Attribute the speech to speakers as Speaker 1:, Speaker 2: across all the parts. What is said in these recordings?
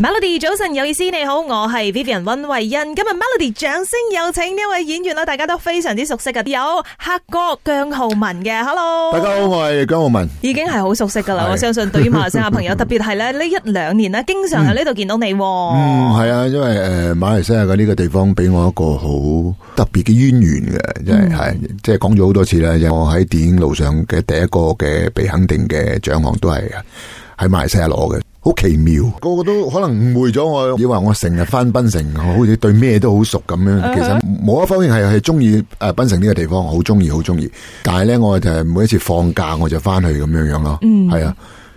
Speaker 1: Melody 早晨有意思，你好，我係 Vivian 溫慧欣。今日 Melody 掌聲有請呢位演員啦，大家都非常之熟悉嘅，有黑哥姜浩文嘅，Hello，
Speaker 2: 大家好，我係姜浩文。
Speaker 1: 已經係好熟悉噶啦。
Speaker 2: 係
Speaker 1: 我相信對於馬來西亞 朋友，特別係咧呢一兩年呢，經常喺呢度見到你喎。
Speaker 2: 嗯，係啊，因為誒、呃、馬來西亞嘅呢個地方俾我一個好特別嘅淵源嘅，即係係即係講咗好多次啦。我喺電影路上嘅第一個嘅被肯定嘅獎項都係喺馬來西亞攞嘅。好奇妙，個個都可能誤會咗我，以為我成日翻檳城，我好似對咩都好熟咁樣。其實冇一方面係係中意誒檳城呢個地方，我好中意，好中意。但係咧，我就係每一次放假我就翻去咁樣樣咯。嗯，係啊。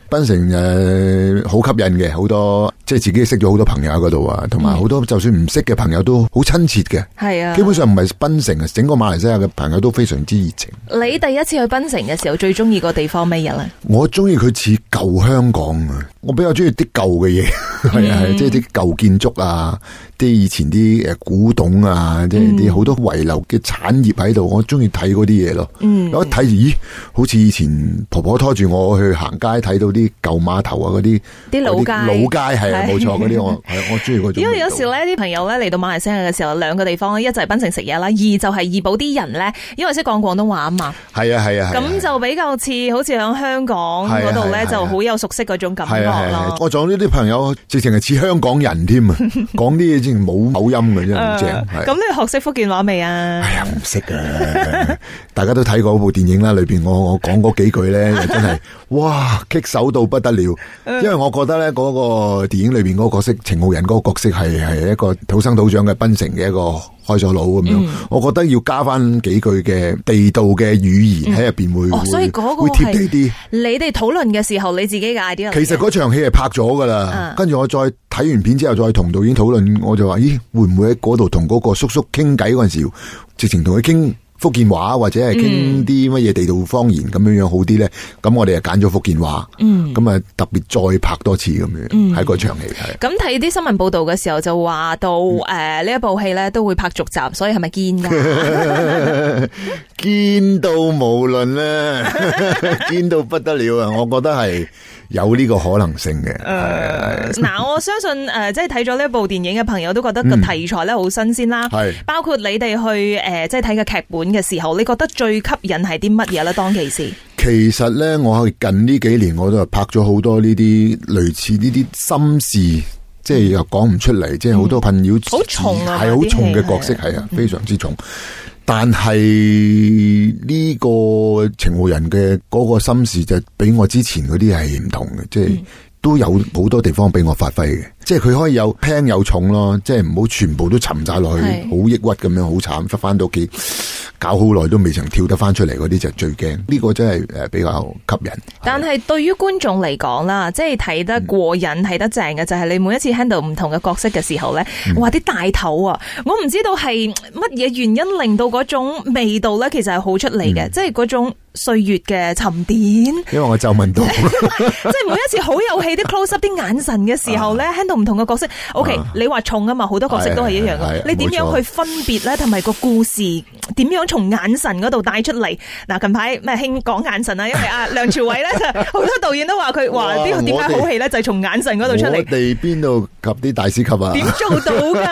Speaker 2: 檳城誒好吸引嘅，好多即係自己識咗好多朋友喺嗰度啊，同埋好多就算唔識嘅朋友都好親切嘅。
Speaker 1: 係啊
Speaker 2: 基，本上唔係檳城啊，整個馬來西亞嘅朋友都非常之熱情。
Speaker 1: 你第一次去檳城嘅時候，最中意個地方咩啊嘢咧？
Speaker 2: 我中意佢似舊香港啊！我比較中意啲舊嘅嘢， 係啊，係即係啲舊建築啊，啲以前啲誒古董啊，即係啲好多遺留嘅產業喺度，我中意睇嗰啲嘢咯。我一睇咦，好似以前婆婆拖住我去行街，睇到啲舊碼頭啊，嗰啲
Speaker 1: 啲老街
Speaker 2: 嗰啲老街係啊
Speaker 1: 係
Speaker 2: 冇錯，嗰 啲我係我中意嗰種味道。
Speaker 1: 因為有時咧，啲朋友咧嚟到馬來西亞嘅時候，兩個地方一就係檳城食嘢啦，二就係怡保啲人咧，因為識講廣東話啊嘛，
Speaker 2: 係啊係啊係啊，
Speaker 1: 咁就比較似好似喺香港嗰度
Speaker 2: 係啊係啊
Speaker 1: 咧，
Speaker 2: 係啊
Speaker 1: 就好有熟悉嗰種感覺
Speaker 2: 係啊係啊係啊
Speaker 1: 咯。
Speaker 2: 我仲有呢啲朋友直情係似香港人添 啊，講啲嘢直情冇口音嘅，真係好正。
Speaker 1: 誒
Speaker 2: 係啊
Speaker 1: 咁你學識福建話未啊？
Speaker 2: 哎呀，唔識啊！ 大家都睇過嗰部電影啦，裏邊我我講嗰幾句咧， 真係哇棘手到不得了。
Speaker 1: 嗯
Speaker 2: 因為我覺得咧，嗰、個電影裏邊嗰個角色程浩仁嗰個角色係係一個土生土長嘅檳城嘅一個開咗佬咁樣，
Speaker 1: 嗯
Speaker 2: 我覺得要加翻幾句嘅地道嘅語言喺入邊會、
Speaker 1: 哦所以嗰個
Speaker 2: 會貼地啲。
Speaker 1: 你哋討論嘅時候，你自己嘅 idea 嚟嘅
Speaker 2: 其實嗰場戲係拍咗噶啦，跟住我再睇完片之後，再同導演討論，我就話：咦，會唔會喺嗰度同嗰個叔叔傾偈嗰陣時，直情同佢傾福建話或者係傾啲乜嘢地道方言咁樣樣好啲咧？咁我哋就揀咗福建話，咁啊特別再拍多次咁樣喺嗰場戲係。
Speaker 1: 咁睇啲新聞報道嘅時候就話到
Speaker 2: 嗯
Speaker 1: 誒呢一部戲咧都會拍續集，所以係咪堅 㗎？
Speaker 2: 堅到無論 啦，堅到不得了啊！我覺得係有呢個可能性嘅，係啊係啊
Speaker 1: 嗱，我相信誒、呃即係睇咗呢一部電影嘅朋友都覺得個題材咧好新鮮啦。
Speaker 2: 嗯係
Speaker 1: 包括你哋去誒、呃即係睇個劇本嘅時候，你覺得最吸引係啲乜嘢咧？當其時，
Speaker 2: 其實咧，我係近呢幾年我都係拍咗好多呢啲類似呢啲心事，即係又講唔出嚟，即係好多困擾，
Speaker 1: 好重啊
Speaker 2: 係好重嘅角色，
Speaker 1: 嗰啲嗯
Speaker 2: 係啊，非常之重。但係呢個情湖人嘅嗰個心事就比我之前嗰啲係唔同嘅，即係
Speaker 1: 嗯
Speaker 2: 都有好多地方俾我發揮嘅，即係佢可以有輕有重咯，即係唔好全部都沉晒落去，
Speaker 1: 係
Speaker 2: 好抑鬱咁樣，好慘，翻到屋企搞好耐都未曾跳得翻出嚟嗰啲就最驚，呢、個真係呃誒比較吸引。
Speaker 1: 但係對於觀眾嚟講啦，即係睇得過癮、睇得正嘅就係你每一次 handle 唔同嘅角色嘅時候咧，哇！啲大頭啊，我唔知道係乜嘢原因令到嗰種味道咧，其實係好出嚟嘅，即係嗰種歲月嘅沉澱。
Speaker 2: 因為我 就問到，
Speaker 1: 即係每一次好有戲啲 close up 啲眼神嘅時
Speaker 2: 啊
Speaker 1: 候咧，handle 唔同嘅角色。OK，你話重啊嘛，好多角色都係一樣
Speaker 2: 係係
Speaker 1: 嘅。
Speaker 2: 係
Speaker 1: 你點樣去
Speaker 2: 冇錯
Speaker 1: 分別咧？同埋個故事點樣從眼神嗰度帶出嚟？嗱，近排咩興講眼神啊？因為啊梁朝偉 咧，就好多導演都話佢話
Speaker 2: 哇
Speaker 1: 啲點解好戲咧，就係從眼神嗰
Speaker 2: 我
Speaker 1: 度出嚟。
Speaker 2: 哋邊度及啲大師級啊？
Speaker 1: 點做到
Speaker 2: 唔
Speaker 1: 㗎？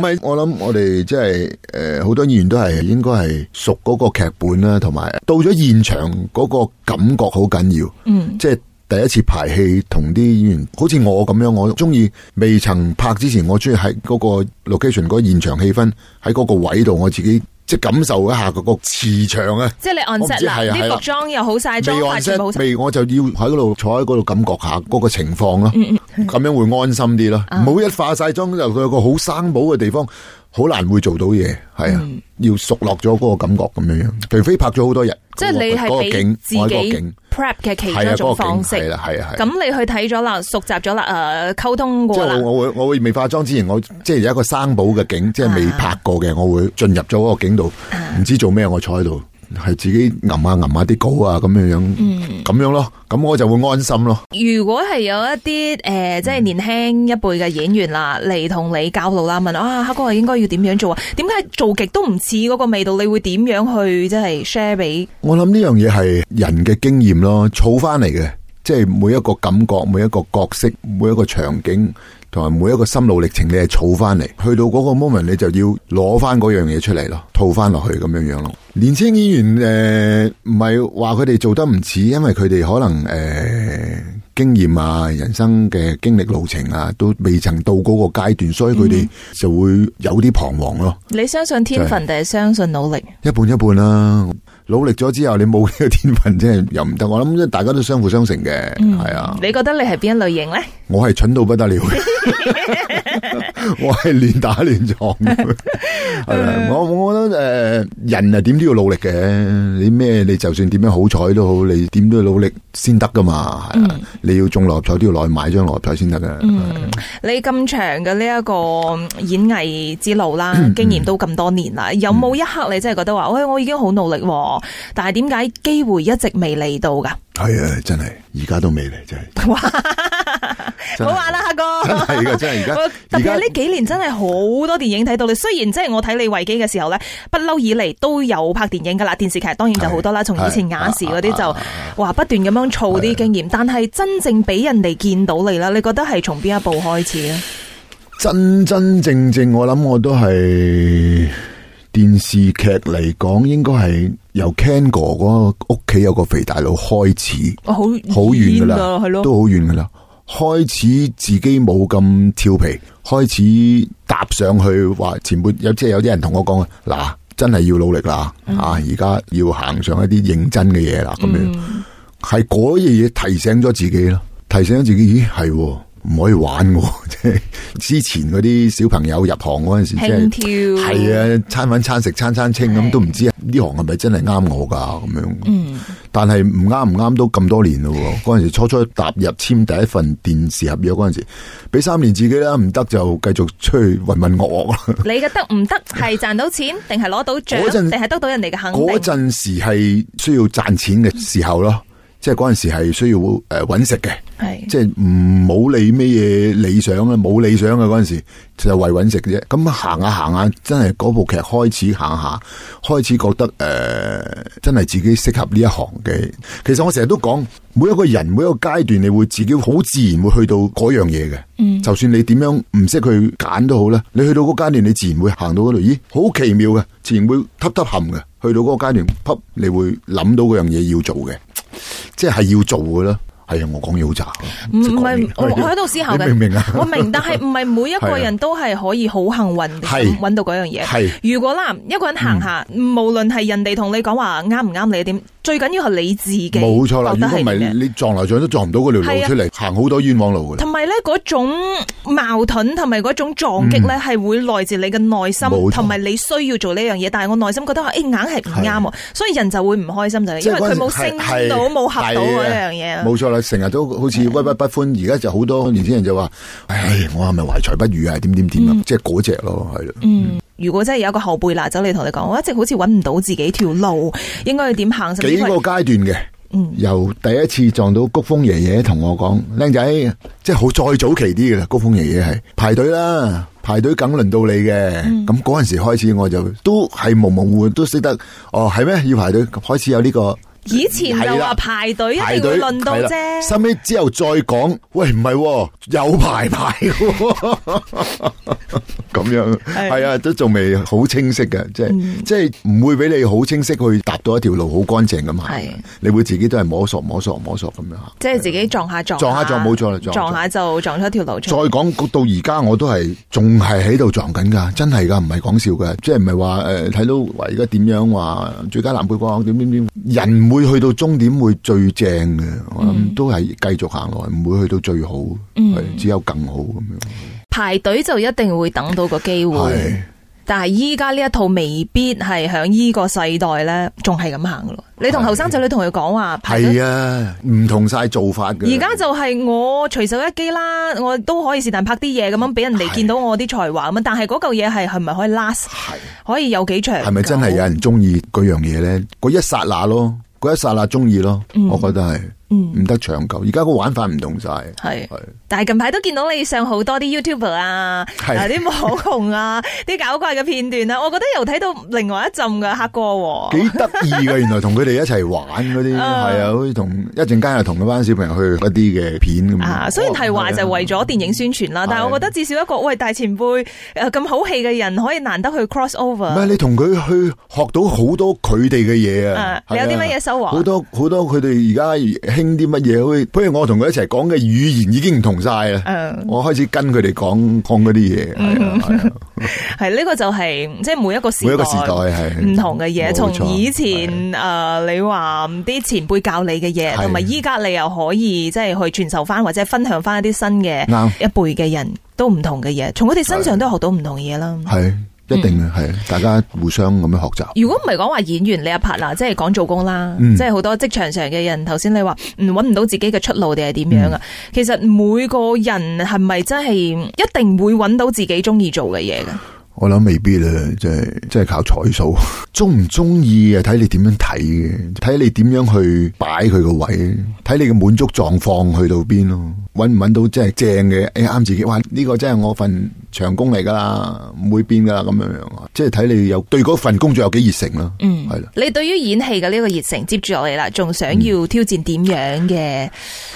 Speaker 2: 係，我諗我哋即係誒，好、多演員都係應該係熟嗰個劇本啦，同埋到咗現場嗰個感覺好緊要。嗯，即係第一次排戲同啲演員，好似我咁樣，我中意未曾拍之前，我中意喺嗰個 location 嗰個現場氣氛喺嗰個位度，我自己即係感受一下嗰個磁場啊。
Speaker 1: 即係你 on
Speaker 2: 我唔
Speaker 1: set
Speaker 2: 知
Speaker 1: 啦，
Speaker 2: 係啊係
Speaker 1: 啲
Speaker 2: 啊
Speaker 1: 服裝又好晒，妝
Speaker 2: 未
Speaker 1: 髮
Speaker 2: 按
Speaker 1: 全部好
Speaker 2: set，
Speaker 1: 晒。
Speaker 2: 未我就要喺嗰度坐喺嗰度感覺下嗰個情況咯，
Speaker 1: 嗯
Speaker 2: 咁樣會安心啲
Speaker 1: 啊
Speaker 2: 咯。唔好一化晒妝就佢有個好生保嘅地方，好難會做到嘢，係
Speaker 1: 嗯
Speaker 2: 啊，要熟落咗嗰個感覺咁樣樣。除非拍咗好多日，
Speaker 1: 即係你
Speaker 2: 嗰個
Speaker 1: 係俾
Speaker 2: 景，
Speaker 1: 自
Speaker 2: 我喺嗰個景
Speaker 1: 己 prep 嘅其中
Speaker 2: 係啊，
Speaker 1: 一
Speaker 2: 嗰
Speaker 1: 種
Speaker 2: 個景
Speaker 1: 方式。
Speaker 2: 係啦，係啊，係
Speaker 1: 咁
Speaker 2: 啊。
Speaker 1: 你去睇咗啦，熟習咗啦，誒、溝通
Speaker 2: 即
Speaker 1: 過啦啊
Speaker 2: 係。我我會我會未化妝之前，我即係有一個生保嘅景，即係未拍過嘅，我會進入咗嗰個景度，唔知做咩，我坐喺度，係自己吟下吟下啲稿啊，咁樣樣，
Speaker 1: 嗯
Speaker 2: 咁樣咯，咁我就會安心咯。
Speaker 1: 如果係有一啲誒、呃即係年輕一輩嘅演員啦，嚟同你交流啦，問啊，黑哥應該要點樣做啊？點解做極都唔似嗰個味道？你會點樣去即係 share 俾？
Speaker 2: 我諗呢樣嘢係人嘅經驗咯，儲翻嚟嘅，即係每一個感覺、每一個角色、每一個場景，同埋每一個心路歷程，你係儲翻嚟，去到嗰個 moment 你就要攞翻嗰樣嘢出嚟咯，套翻落去咁樣樣咯。年青演員誒唔係話佢哋做得唔似，因為佢哋可能誒、呃、經驗啊、人生嘅經歷路程啊，都未曾到嗰個階段，所以佢哋就會有啲彷徨咯。
Speaker 1: 你相信天分定係相信努力？
Speaker 2: 一半一半啦。努力咗之後，你冇呢個天分，真係又唔得。我諗大家都相輔相成嘅，係、
Speaker 1: 嗯
Speaker 2: 啊。
Speaker 1: 你覺得你係邊一類型咧？
Speaker 2: 我係蠢到不得了， 我係亂打亂撞嘅。係啊，我我覺得誒、呃人啊點都要努力嘅。你咩你就算點樣好彩都好，你點都要努力先得噶嘛。係
Speaker 1: 嗯
Speaker 2: 啊，你要中六合彩都要落去買張六合彩先得嘅。
Speaker 1: 你咁長嘅呢一個嗯演藝之路 啦，經驗都咁多年啦，有冇一刻你真係覺得話，喂，我已經好努力喎，但係點解機會一直未嚟到㗎？
Speaker 2: 係啊，真係而家都未嚟，真係。
Speaker 1: 哇！
Speaker 2: 真
Speaker 1: 好玩啦，黑哥，
Speaker 2: 真係㗎真係而家
Speaker 1: 我特
Speaker 2: 而
Speaker 1: 別
Speaker 2: 家
Speaker 1: 係呢幾年真係好多電影睇到你，雖然即係我睇你維基嘅時候咧，不嬲以嚟都有拍電影噶啦，電視劇當然就好多啦。
Speaker 2: 係
Speaker 1: 從以前亞視嗰啲
Speaker 2: 係啊
Speaker 1: 就哇不斷咁樣儲啲經驗，但係真正俾人哋見到你啦，你覺得係從邊一步開始啊咧？
Speaker 2: 真真正正，我諗我都係電視劇嚟講，應該係由 Ken 哥嗰個屋企有個肥大佬開始，
Speaker 1: 我好啊
Speaker 2: 好遠噶啦，
Speaker 1: 係咯，
Speaker 2: 都好遠噶啦。開始自己冇咁調皮，開始搭上去話前輩有即係有啲人同我講啊，嗱，真係要努力啦，
Speaker 1: 嗯
Speaker 2: 啊，而家要行上一啲認真嘅嘢啦，咁樣。系嗰樣嘢提醒咗自己咯，提醒咗自己，咦係喎，唔可以玩嘅喎， 即係之前嗰啲小朋友入行嗰陣時，
Speaker 1: 輕
Speaker 2: 即係
Speaker 1: 佻
Speaker 2: 係啊，餐揾餐食餐餐清咁，
Speaker 1: 係嗯
Speaker 2: 都唔知啊呢行係咪真係啱我噶咁樣。但係唔啱唔啱都咁多年咯喎，嗰陣時初初踏入簽第一份電視合約嗰陣時，俾三年自己啦，唔得就繼續出去渾渾噩噩啦。
Speaker 1: 你嘅得唔得係賺到錢，定係攞到獎，
Speaker 2: 嗰陣
Speaker 1: 定係得到人哋嘅肯
Speaker 2: 嗰
Speaker 1: 定？
Speaker 2: 陣時係需要賺錢嘅時候咯，即係嗰陣時係需要誒揾食嘅。
Speaker 1: 係
Speaker 2: 即系唔好理咩嘢理想啊，冇理想嘅嗰阵时就為揾食嘅啫。咁行下行下，真係嗰部劇開始行下，開始覺得诶、呃真係自己適合呢一行嘅。其實我成日都講，每一個人每一個階段，你會自己好自然會去到嗰樣嘢嘅。就算你點樣唔識去揀都好啦，你去到嗰階段，你自然會行到嗰度，咦，好奇妙嘅，自然會揼揼冚嘅。去到嗰個階段，啪，你會諗到嗰樣嘢要做嘅，即係要做嘅啦。係啊，我講嘢好渣。
Speaker 1: 唔
Speaker 2: 即係
Speaker 1: 唔
Speaker 2: 講
Speaker 1: 係
Speaker 2: 嘢，
Speaker 1: 我我喺度思考緊，
Speaker 2: 你明唔明啊？
Speaker 1: 我明，但係唔係每一個人都係可以好幸運
Speaker 2: 係
Speaker 1: 揾到嗰樣嘢。
Speaker 2: 係
Speaker 1: 如果啦，一個人
Speaker 2: 嗯
Speaker 1: 行下，無論係人哋同你講話啱唔啱你點，最緊要係你自己。
Speaker 2: 冇錯啦。如果唔係，
Speaker 1: 係。
Speaker 2: 你撞嚟撞都撞唔到嗰條
Speaker 1: 係
Speaker 2: 路
Speaker 1: 啊
Speaker 2: 出嚟，行好多冤枉路噶啦。
Speaker 1: 同埋咧，嗰種矛盾同埋嗰種撞擊咧，係會來自你嘅內心
Speaker 2: 冇，錯
Speaker 1: 同埋你需要做呢樣嘢。但係我內心覺得話，啊誒硬係唔啱喎，所以人就會唔開心就係，因為佢冇升到，冇合到嗰樣嘢。
Speaker 2: 啊
Speaker 1: 啊
Speaker 2: 冇錯啦，成日都好似鬱鬱不歡。而家就好多年輕人就話：，唉，我係咪懷才不遇啊？點點點啊！即係嗰只咯，係咯。
Speaker 1: 嗯，如果真係有一個後輩嗱走嚟同你講，我一直好似揾唔到自己條路，應該要點行？甚至
Speaker 2: 幾個
Speaker 1: 乎
Speaker 2: 階段嘅。由第一次撞到谷峰爺爺同我講，僆仔，即係好再早期啲嘅啦。谷峰爺爺係排隊啦，排隊梗輪到你嘅。咁嗰陣時開始我就都係模模糊糊都識得，哦係咩要排隊，開始有呢、個。
Speaker 1: 以前就話排隊一
Speaker 2: 排
Speaker 1: 定
Speaker 2: 隊
Speaker 1: 會輪到
Speaker 2: 係啦
Speaker 1: 啫，
Speaker 2: 收尾之後再講，喂唔係喎，有排排喎咁樣
Speaker 1: 係嗯
Speaker 2: 係啊，都仲未好清晰嘅，即係即係唔會俾你好清晰去踏到一條路好乾淨咁行
Speaker 1: 係，
Speaker 2: 你會自己都係摸索摸索摸索咁樣行。
Speaker 1: 即係自己撞下撞
Speaker 2: 撞下撞冇錯啦撞下
Speaker 1: 撞下就撞出一條路
Speaker 2: 再
Speaker 1: 出嚟。
Speaker 2: 講到而家，我都係仲係喺度撞緊㗎，真係㗎，唔係講笑㗎，即係唔係話誒睇到話而家點樣話最佳男配角點點點，人會去到終點會最正嘅，我
Speaker 1: 嗯
Speaker 2: 諗都係繼續行落去，唔會去到最好，係只有更好咁樣。
Speaker 1: 排隊就一定會等到個機
Speaker 2: 係
Speaker 1: 會，但係依家呢一套未必係響依個世代咧，仲係咁行噶咯。你同後生仔女同佢講話排隊
Speaker 2: 係啊，唔同晒做法嘅。
Speaker 1: 而家就係我隨手一機啦，我都可以是但拍啲嘢咁樣俾人哋
Speaker 2: 係
Speaker 1: 見到我啲才華咁樣，但係嗰嚿嘢係係咪可以 last，
Speaker 2: 係
Speaker 1: 可以有幾長久？
Speaker 2: 係咪啊真係有人中意嗰樣嘢咧？嗰一剎那咯，嗰一剎那中意咯，我覺得係。
Speaker 1: 嗯，
Speaker 2: 唔得長久。而家個玩法唔同晒，
Speaker 1: 係。啊
Speaker 2: 係
Speaker 1: 但係近排都見到你上好多啲 YouTuber 啊，
Speaker 2: 係
Speaker 1: 啊啲網紅 啊，啲搞怪嘅片段啊，我覺得又睇到另外一陣嘅黑哥喎。
Speaker 2: 幾得意嘅，原來同佢哋一齊玩嗰啲，係
Speaker 1: 啊
Speaker 2: 啊，好似同一陣間又同嗰班小朋友去嗰啲嘅片咁樣。
Speaker 1: 啊，雖然係話就為咗電影宣傳啦，
Speaker 2: 哦係
Speaker 1: 但係我覺得至少一個喂大前輩诶咁好戲嘅人，可以難得去 cross
Speaker 2: 唔係
Speaker 1: over。
Speaker 2: 你同佢去學到好多佢哋嘅嘢啊
Speaker 1: 啊！你有啲乜嘢收穫
Speaker 2: 好多好多佢哋而家興啲乜嘢？好似譬如我同佢一齊講嘅語言已經唔同晒啦。
Speaker 1: 嗯，
Speaker 2: 我開始跟佢哋講講嗰啲嘢，係啊係啊，
Speaker 1: 係呢個就係即係每一個時
Speaker 2: 每一個時代
Speaker 1: 代
Speaker 2: 係
Speaker 1: 唔同嘅嘢，
Speaker 2: 冇錯
Speaker 1: 從以前
Speaker 2: 係
Speaker 1: 诶、呃你話啲前輩教你嘅嘢，
Speaker 2: 係
Speaker 1: 同埋依家你又可以即係去傳授翻或者分享翻一啲新嘅
Speaker 2: 啱
Speaker 1: 一輩嘅人都唔同嘅嘢，從佢哋身上都學到唔同嘅嘢啦。
Speaker 2: 係一定嘅，
Speaker 1: 嗯
Speaker 2: 係大家互相咁樣學習。
Speaker 1: 如果唔係講話演員呢一 part 啦，即係講做工啦，
Speaker 2: 嗯
Speaker 1: 即係好多職場上嘅人，頭先你話嗯揾唔到自己嘅出路定係點樣啊？其實每個人係咪真係一定會揾到自己中意做嘅嘢嘅？
Speaker 2: 我諗未必啦，即係即係靠彩數， 中唔中意啊？睇你點樣睇嘅，睇你點樣去擺佢個位，睇你嘅滿足狀況去到邊咯。搵唔搵到真係正嘅，诶、啱自己，哇！呢、個真係我份長工嚟㗎啦，唔會變㗎啦，咁樣樣啊，即係睇你有對嗰份工作有幾熱誠啦。
Speaker 1: 嗯
Speaker 2: 係啦，
Speaker 1: 你對於演戲嘅呢個熱誠接住落嚟啦，仲想要挑戰點樣嘅、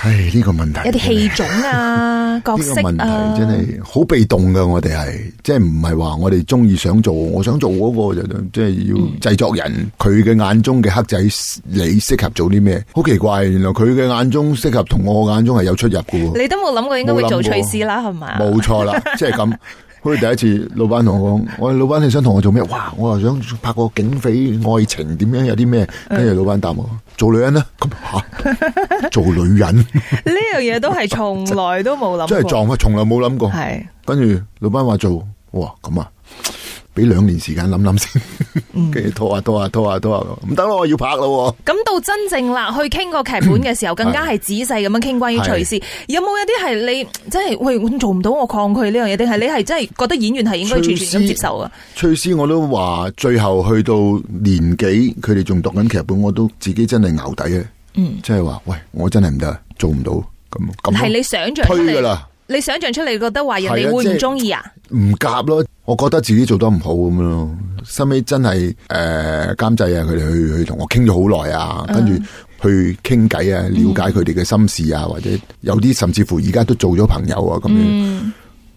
Speaker 2: 唉，呢、個問題
Speaker 1: 一啲戲種 啊、角
Speaker 2: 呢
Speaker 1: 色
Speaker 2: 個問
Speaker 1: 啊？
Speaker 2: 題真係好被動噶，我哋係即係唔係話我哋中意想做，我想做嗰個就即係要製作人佢嘅眼中嘅黑仔，你適合做啲咩？好奇怪，原來佢嘅眼中適合同我眼中係有出入噶喎，
Speaker 1: 你都冇諗過應該會做趣事啦，係嘛？
Speaker 2: 冇錯啦， 即係咁。好似第一次，老闆同我講：，我老闆你想同我做咩？哇！我又想拍個警匪愛情點樣有啲咩？嗯跟住老闆答我：做女人啦。咁吓， 做女人
Speaker 1: 呢樣嘢都係 從來都冇諗過，
Speaker 2: 真係撞啊！從來冇諗過。
Speaker 1: 係
Speaker 2: 跟住老闆話做，哇咁啊，俾兩年時間諗諗
Speaker 1: 嗯
Speaker 2: 先，跟住拖下拖下拖下拖下，唔得咯，我要拍咯
Speaker 1: 咁到真正啦，去傾個劇本嘅時候，更加係仔細咁樣傾關於隨事。有冇一啲係你真係喂，我做唔到，我抗拒呢樣嘢，定係你係真係覺得演員係應該全全咁接受啊？
Speaker 2: 喎。翠絲我都話，最後去到年紀，佢哋仲讀緊劇本，我都自己真係淆底啊，
Speaker 1: 嗯，
Speaker 2: 即係話，喂，我真係唔得，做唔到，咁咁
Speaker 1: 係
Speaker 2: 咯
Speaker 1: 你想象出
Speaker 2: 推噶
Speaker 1: 嚟，
Speaker 2: 啦，
Speaker 1: 你想象出嚟覺得話人哋
Speaker 2: 係啊
Speaker 1: 會
Speaker 2: 即
Speaker 1: 唔
Speaker 2: 係
Speaker 1: 中意啊？
Speaker 2: 唔夾咯。我覺得自己做得唔好咁樣咯，收尾真係誒監製啊，佢哋去去同我傾咗好耐啊，
Speaker 1: 嗯
Speaker 2: 跟住去傾偈啊，了解佢哋嘅心事啊，或者有啲甚至乎而家都做咗朋友啊，咁樣
Speaker 1: 嗯，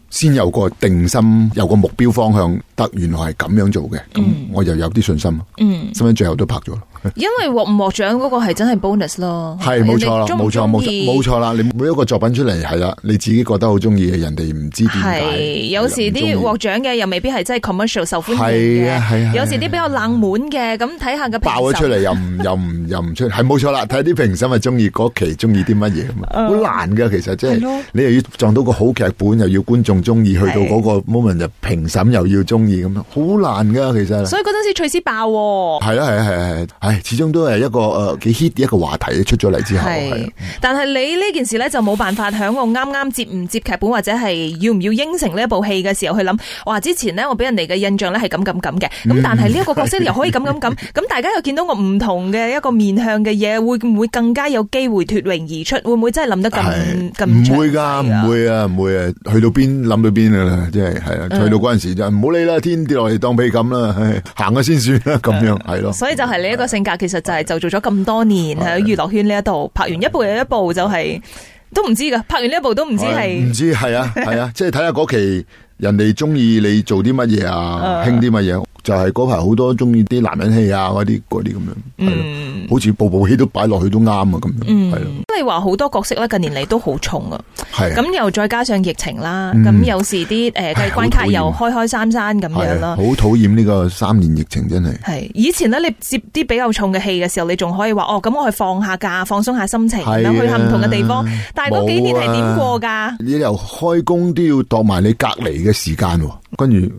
Speaker 2: 先有個定心，有個目標方向，得原來係咁樣做嘅，咁我就有啲信心，
Speaker 1: 嗯，
Speaker 2: 收尾最後都拍咗咯。
Speaker 1: 因為獲唔獲獎嗰個係真係 bonus 咯，
Speaker 2: 係冇錯啦，
Speaker 1: 哦人哋中
Speaker 2: 冇錯
Speaker 1: 唔
Speaker 2: 冇
Speaker 1: 中
Speaker 2: 錯
Speaker 1: 意
Speaker 2: 冇錯啦！你每一個作品出嚟係啦，你自己覺得好中意嘅，人哋唔知點解。
Speaker 1: 係有時
Speaker 2: 係啦
Speaker 1: 啲
Speaker 2: 唔中意
Speaker 1: 獲獎嘅又未必係真係 commercial 受歡迎
Speaker 2: 係啊係啊
Speaker 1: 嘅，有時
Speaker 2: 係啊
Speaker 1: 啲比較冷門嘅，咁睇下個評
Speaker 2: 爆咗出
Speaker 1: 審
Speaker 2: 嚟又唔又唔又唔出，係冇錯啦。睇啲評審係中意嗰期中意啲乜嘢咁啊，好難噶其實即
Speaker 1: 係咯
Speaker 2: 係你又要撞到個好劇本，又要觀眾中意，去到
Speaker 1: 係
Speaker 2: 嗰個 moment 就評審又要中意咁啊，好難噶其實。
Speaker 1: 所以嗰陣時翠絲爆喎。
Speaker 2: 係啦係啦係啦係啦，唉，始終都係一個诶幾 hit 嘅一個話題出咗嚟之後，係啊
Speaker 1: 系，但係你呢件事咧就冇辦法響我啱啱接唔接劇本或者係要唔要應承呢一部戲嘅時候去諗，哇！之前呢，我俾人哋嘅印象咧係咁咁咁 嘅，咁但係呢一個角色又可以咁咁咁，咁大家又見到我唔同嘅一個面向嘅嘢，會唔會更加有機會脱穎而出？會唔會真係諗得咁
Speaker 2: 係
Speaker 1: 咁
Speaker 2: 唔
Speaker 1: 詳
Speaker 2: 會㗎，
Speaker 1: 細啊
Speaker 2: 唔會啊，唔會啊，去到邊諗到邊噶啦，即係係啊，去到嗰阵时就唔好理啦，天跌落嚟當被冚啦，唉行咗先算啦，咁樣係咯。
Speaker 1: 所以就係你一個性格，其實就係就做咗咁多年喺娛樂圈呢一度，拍完一部又一部就係都唔知噶，拍完呢一部都唔知
Speaker 2: 係唔
Speaker 1: 係
Speaker 2: 知 係啊係啊，即係睇下嗰期人哋中意你做啲乜嘢啊，興啲乜嘢，就係嗰排好多中意啲男人戲啊，嗰啲嗰啲咁樣，係咯，
Speaker 1: 嗯。
Speaker 2: 好似部部戲都擺落去都啱啊，咁樣
Speaker 1: 嗯
Speaker 2: 係咯，，
Speaker 1: 你話好多角色咧，近年嚟都好重啊。
Speaker 2: 係啊
Speaker 1: 咁又再加上疫情啦，
Speaker 2: 嗯
Speaker 1: 咁、有時啲誒
Speaker 2: 唉
Speaker 1: 計關卡
Speaker 2: 好討厭
Speaker 1: 又開開閂閂咁樣
Speaker 2: 係啊，
Speaker 1: 啦
Speaker 2: 好。討厭呢個三年疫情真係。
Speaker 1: 係以前咧，你接啲比較重嘅戲嘅時候，你仲可以話哦，咁我去放下假，放鬆下心情，咁
Speaker 2: 係
Speaker 1: 樣
Speaker 2: 啊
Speaker 1: 去下唔同嘅地方。但係嗰幾年係
Speaker 2: 冇啊
Speaker 1: 點過㗎？
Speaker 2: 你由開工都要度埋你隔離嘅時間喎，跟住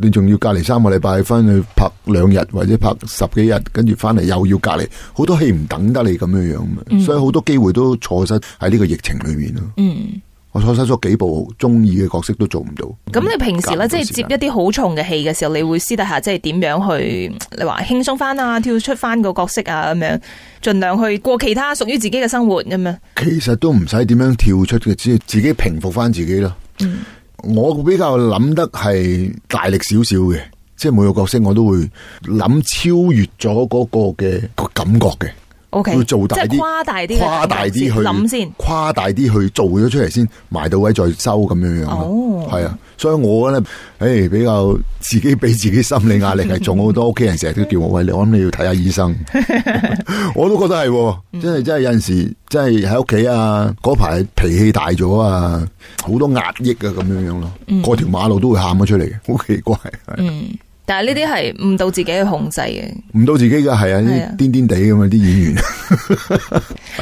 Speaker 2: 你仲要隔離三個禮拜，翻去拍兩日或者拍十幾日，跟住翻嚟又要隔離，好
Speaker 1: 嗯
Speaker 2: 多戲唔等得你咁樣樣，所以好多機會都錯失喺呢個疫情裏面咯。
Speaker 1: 嗯，
Speaker 2: 我所收咗幾部中意嘅角色都做唔到。
Speaker 1: 咁你平時
Speaker 2: 夾唔到
Speaker 1: 咧，即係
Speaker 2: 時
Speaker 1: 接
Speaker 2: 間
Speaker 1: 一啲好重嘅戲嘅時候，你會私底下即係點樣去？你話輕鬆翻啊，跳出翻個角色啊，咁樣，盡量去過其他屬於自己嘅生活咁樣。
Speaker 2: 其實都唔使點樣跳出嘅，只要自己平復翻自己咯。
Speaker 1: 嗯
Speaker 2: 我比較諗得係大力少少嘅，即係每個角色我都會諗超越咗嗰個嘅個感覺嘅，
Speaker 1: O K，
Speaker 2: 會做大
Speaker 1: 即係
Speaker 2: 啲，
Speaker 1: 誇大啲嘅，啊
Speaker 2: 誇大啲去
Speaker 1: 諗先。
Speaker 2: 誇大啲去做咗出嚟先，埋到位再收咁樣樣
Speaker 1: 哦
Speaker 2: 咯。係啊，所以我咧，誒比較自己俾自己心理壓力係重好多。屋企人成日都叫我喂，你我諗你要睇下 醫生，我都覺得係
Speaker 1: 嗯
Speaker 2: 喎，真係真係有陣時真係喺屋企啊，嗰排脾氣大咗啊，好多壓抑啊咁樣樣咯，
Speaker 1: 嗯
Speaker 2: 過條馬路都會喊咗出嚟嘅， 好奇怪，係啊
Speaker 1: 但係呢啲係唔到自己去控制嘅。
Speaker 2: 唔到自己嘅係啊，
Speaker 1: 係啊
Speaker 2: 啲癲癲地咁啊啲演員。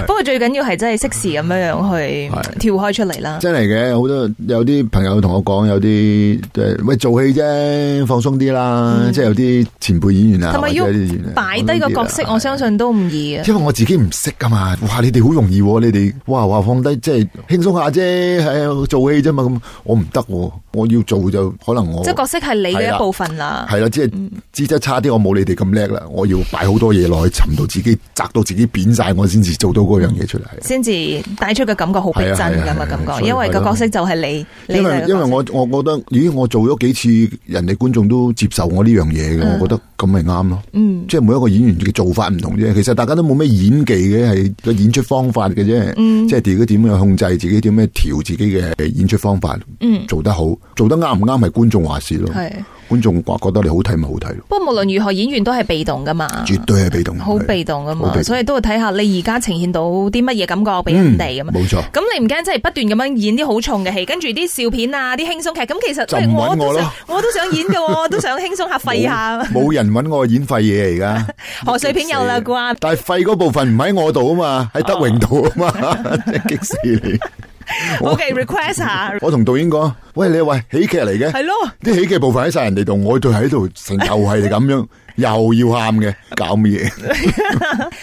Speaker 1: 不過最緊要係真係適時咁樣樣去
Speaker 2: 係
Speaker 1: 跳開出嚟啦。
Speaker 2: 真係嘅，好多有啲朋友同我講，有啲誒喂做戲啫，放鬆啲啦，即係有啲前輩演員啊，
Speaker 1: 嗯同
Speaker 2: 或
Speaker 1: 埋
Speaker 2: 者
Speaker 1: 要
Speaker 2: 有啲演員啊
Speaker 1: 擺低個角色，我相。信都唔易啊嘅。
Speaker 2: 因為我自己唔識噶嘛，哇！你哋好容易、喎，你哋哇哇放低，即係輕鬆下啫，係做戲啫嘛。咁我唔得、喎，我要做就可能我
Speaker 1: 即係角嗯色係你嘅一部分啦。
Speaker 2: 係啦，啊即係資質差啲，我冇你哋咁叻啦。我要擺好多嘢落去，沉到自己，砸到自己扁晒，我先至做到嗰樣嘢出嚟。
Speaker 1: 先至帶出嘅感覺好逼真咁
Speaker 2: 係
Speaker 1: 嘅
Speaker 2: 啊係啊
Speaker 1: 感
Speaker 2: 係啊
Speaker 1: 覺，因為個
Speaker 2: 所以係咯
Speaker 1: 角色就係你，你
Speaker 2: 因
Speaker 1: 就係個
Speaker 2: 為因為
Speaker 1: 角色
Speaker 2: 我我覺得，咦，我做咗幾次，人哋觀眾都接受我呢樣嘢嘅，
Speaker 1: 嗯
Speaker 2: 我覺得咁咪啱咯。
Speaker 1: 嗯
Speaker 2: 即係每一個演員嘅做法唔同啫，其實大家都冇咩演技嘅，係個演出方法嘅啫。
Speaker 1: 嗯
Speaker 2: 即係自己點樣控制自己，點樣調自己嘅演出方法，
Speaker 1: 嗯
Speaker 2: 做得好，做得啱唔啱係觀眾話事咯。
Speaker 1: 係。
Speaker 2: 觀眾話覺得你好睇咪好睇咯，
Speaker 1: 不過無論如何，演員都係被動噶嘛，
Speaker 2: 絕對係被動。
Speaker 1: 啊好被動噶
Speaker 2: 好被
Speaker 1: 嘛，
Speaker 2: 動
Speaker 1: 所以都會睇下你而家呈現到啲乜嘢感覺俾
Speaker 2: 嗯
Speaker 1: 人哋咁啊。
Speaker 2: 冇錯。
Speaker 1: 咁你唔驚即係不斷咁樣演啲好重嘅戲，跟住啲笑片啊、啲輕鬆劇，咁其實
Speaker 2: 就唔
Speaker 1: 喂
Speaker 2: 揾
Speaker 1: 都
Speaker 2: 我咯
Speaker 1: 想， 我都想演嘅 喎，我都想輕鬆下廢下，
Speaker 2: 冇人揾我演廢嘢而 家。
Speaker 1: 賀歲片有啦啩。
Speaker 2: 但系肺嗰部分唔喺我度啊嘛，喺德榮度啊
Speaker 1: 哦
Speaker 2: 嘛，真係激死你！我
Speaker 1: O K request 下，
Speaker 2: 我同導演講：，喂，你喂喜劇嚟
Speaker 1: 係
Speaker 2: 嘅，
Speaker 1: 咯，
Speaker 2: 啲喜劇部分喺晒人哋度，我對喺度成又係你咁樣， 又要喊嘅，搞乜嘢？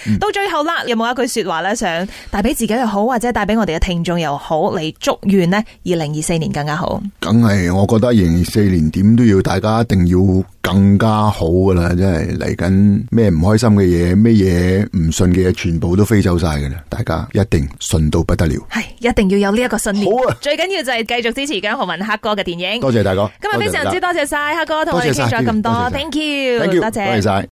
Speaker 2: 嗯
Speaker 1: 到最後啦，有冇一句說話咧，想帶俾自己又好，或者帶俾我哋嘅聽眾又好，你祝願呢，二零二四年更加好。
Speaker 2: 梗係，我覺得二零二四年點都要大家一定要更加好噶啦，真係嚟緊咩唔開心嘅嘢，咩嘢唔順嘅嘢，全部都飛走晒噶啦，大家一定順到不得了。
Speaker 1: 係一定要有呢一個信念。
Speaker 2: 好啊
Speaker 1: 最緊要就係繼續支持姜浩文黑哥嘅電影。
Speaker 2: 多謝大家，
Speaker 1: 今日非常之多謝晒黑哥同我
Speaker 2: 多
Speaker 1: 哋
Speaker 2: 謝晒
Speaker 1: 傾咗咁
Speaker 2: 多
Speaker 1: 多
Speaker 2: 謝晒
Speaker 1: ，thank you，
Speaker 2: 多謝，多謝晒。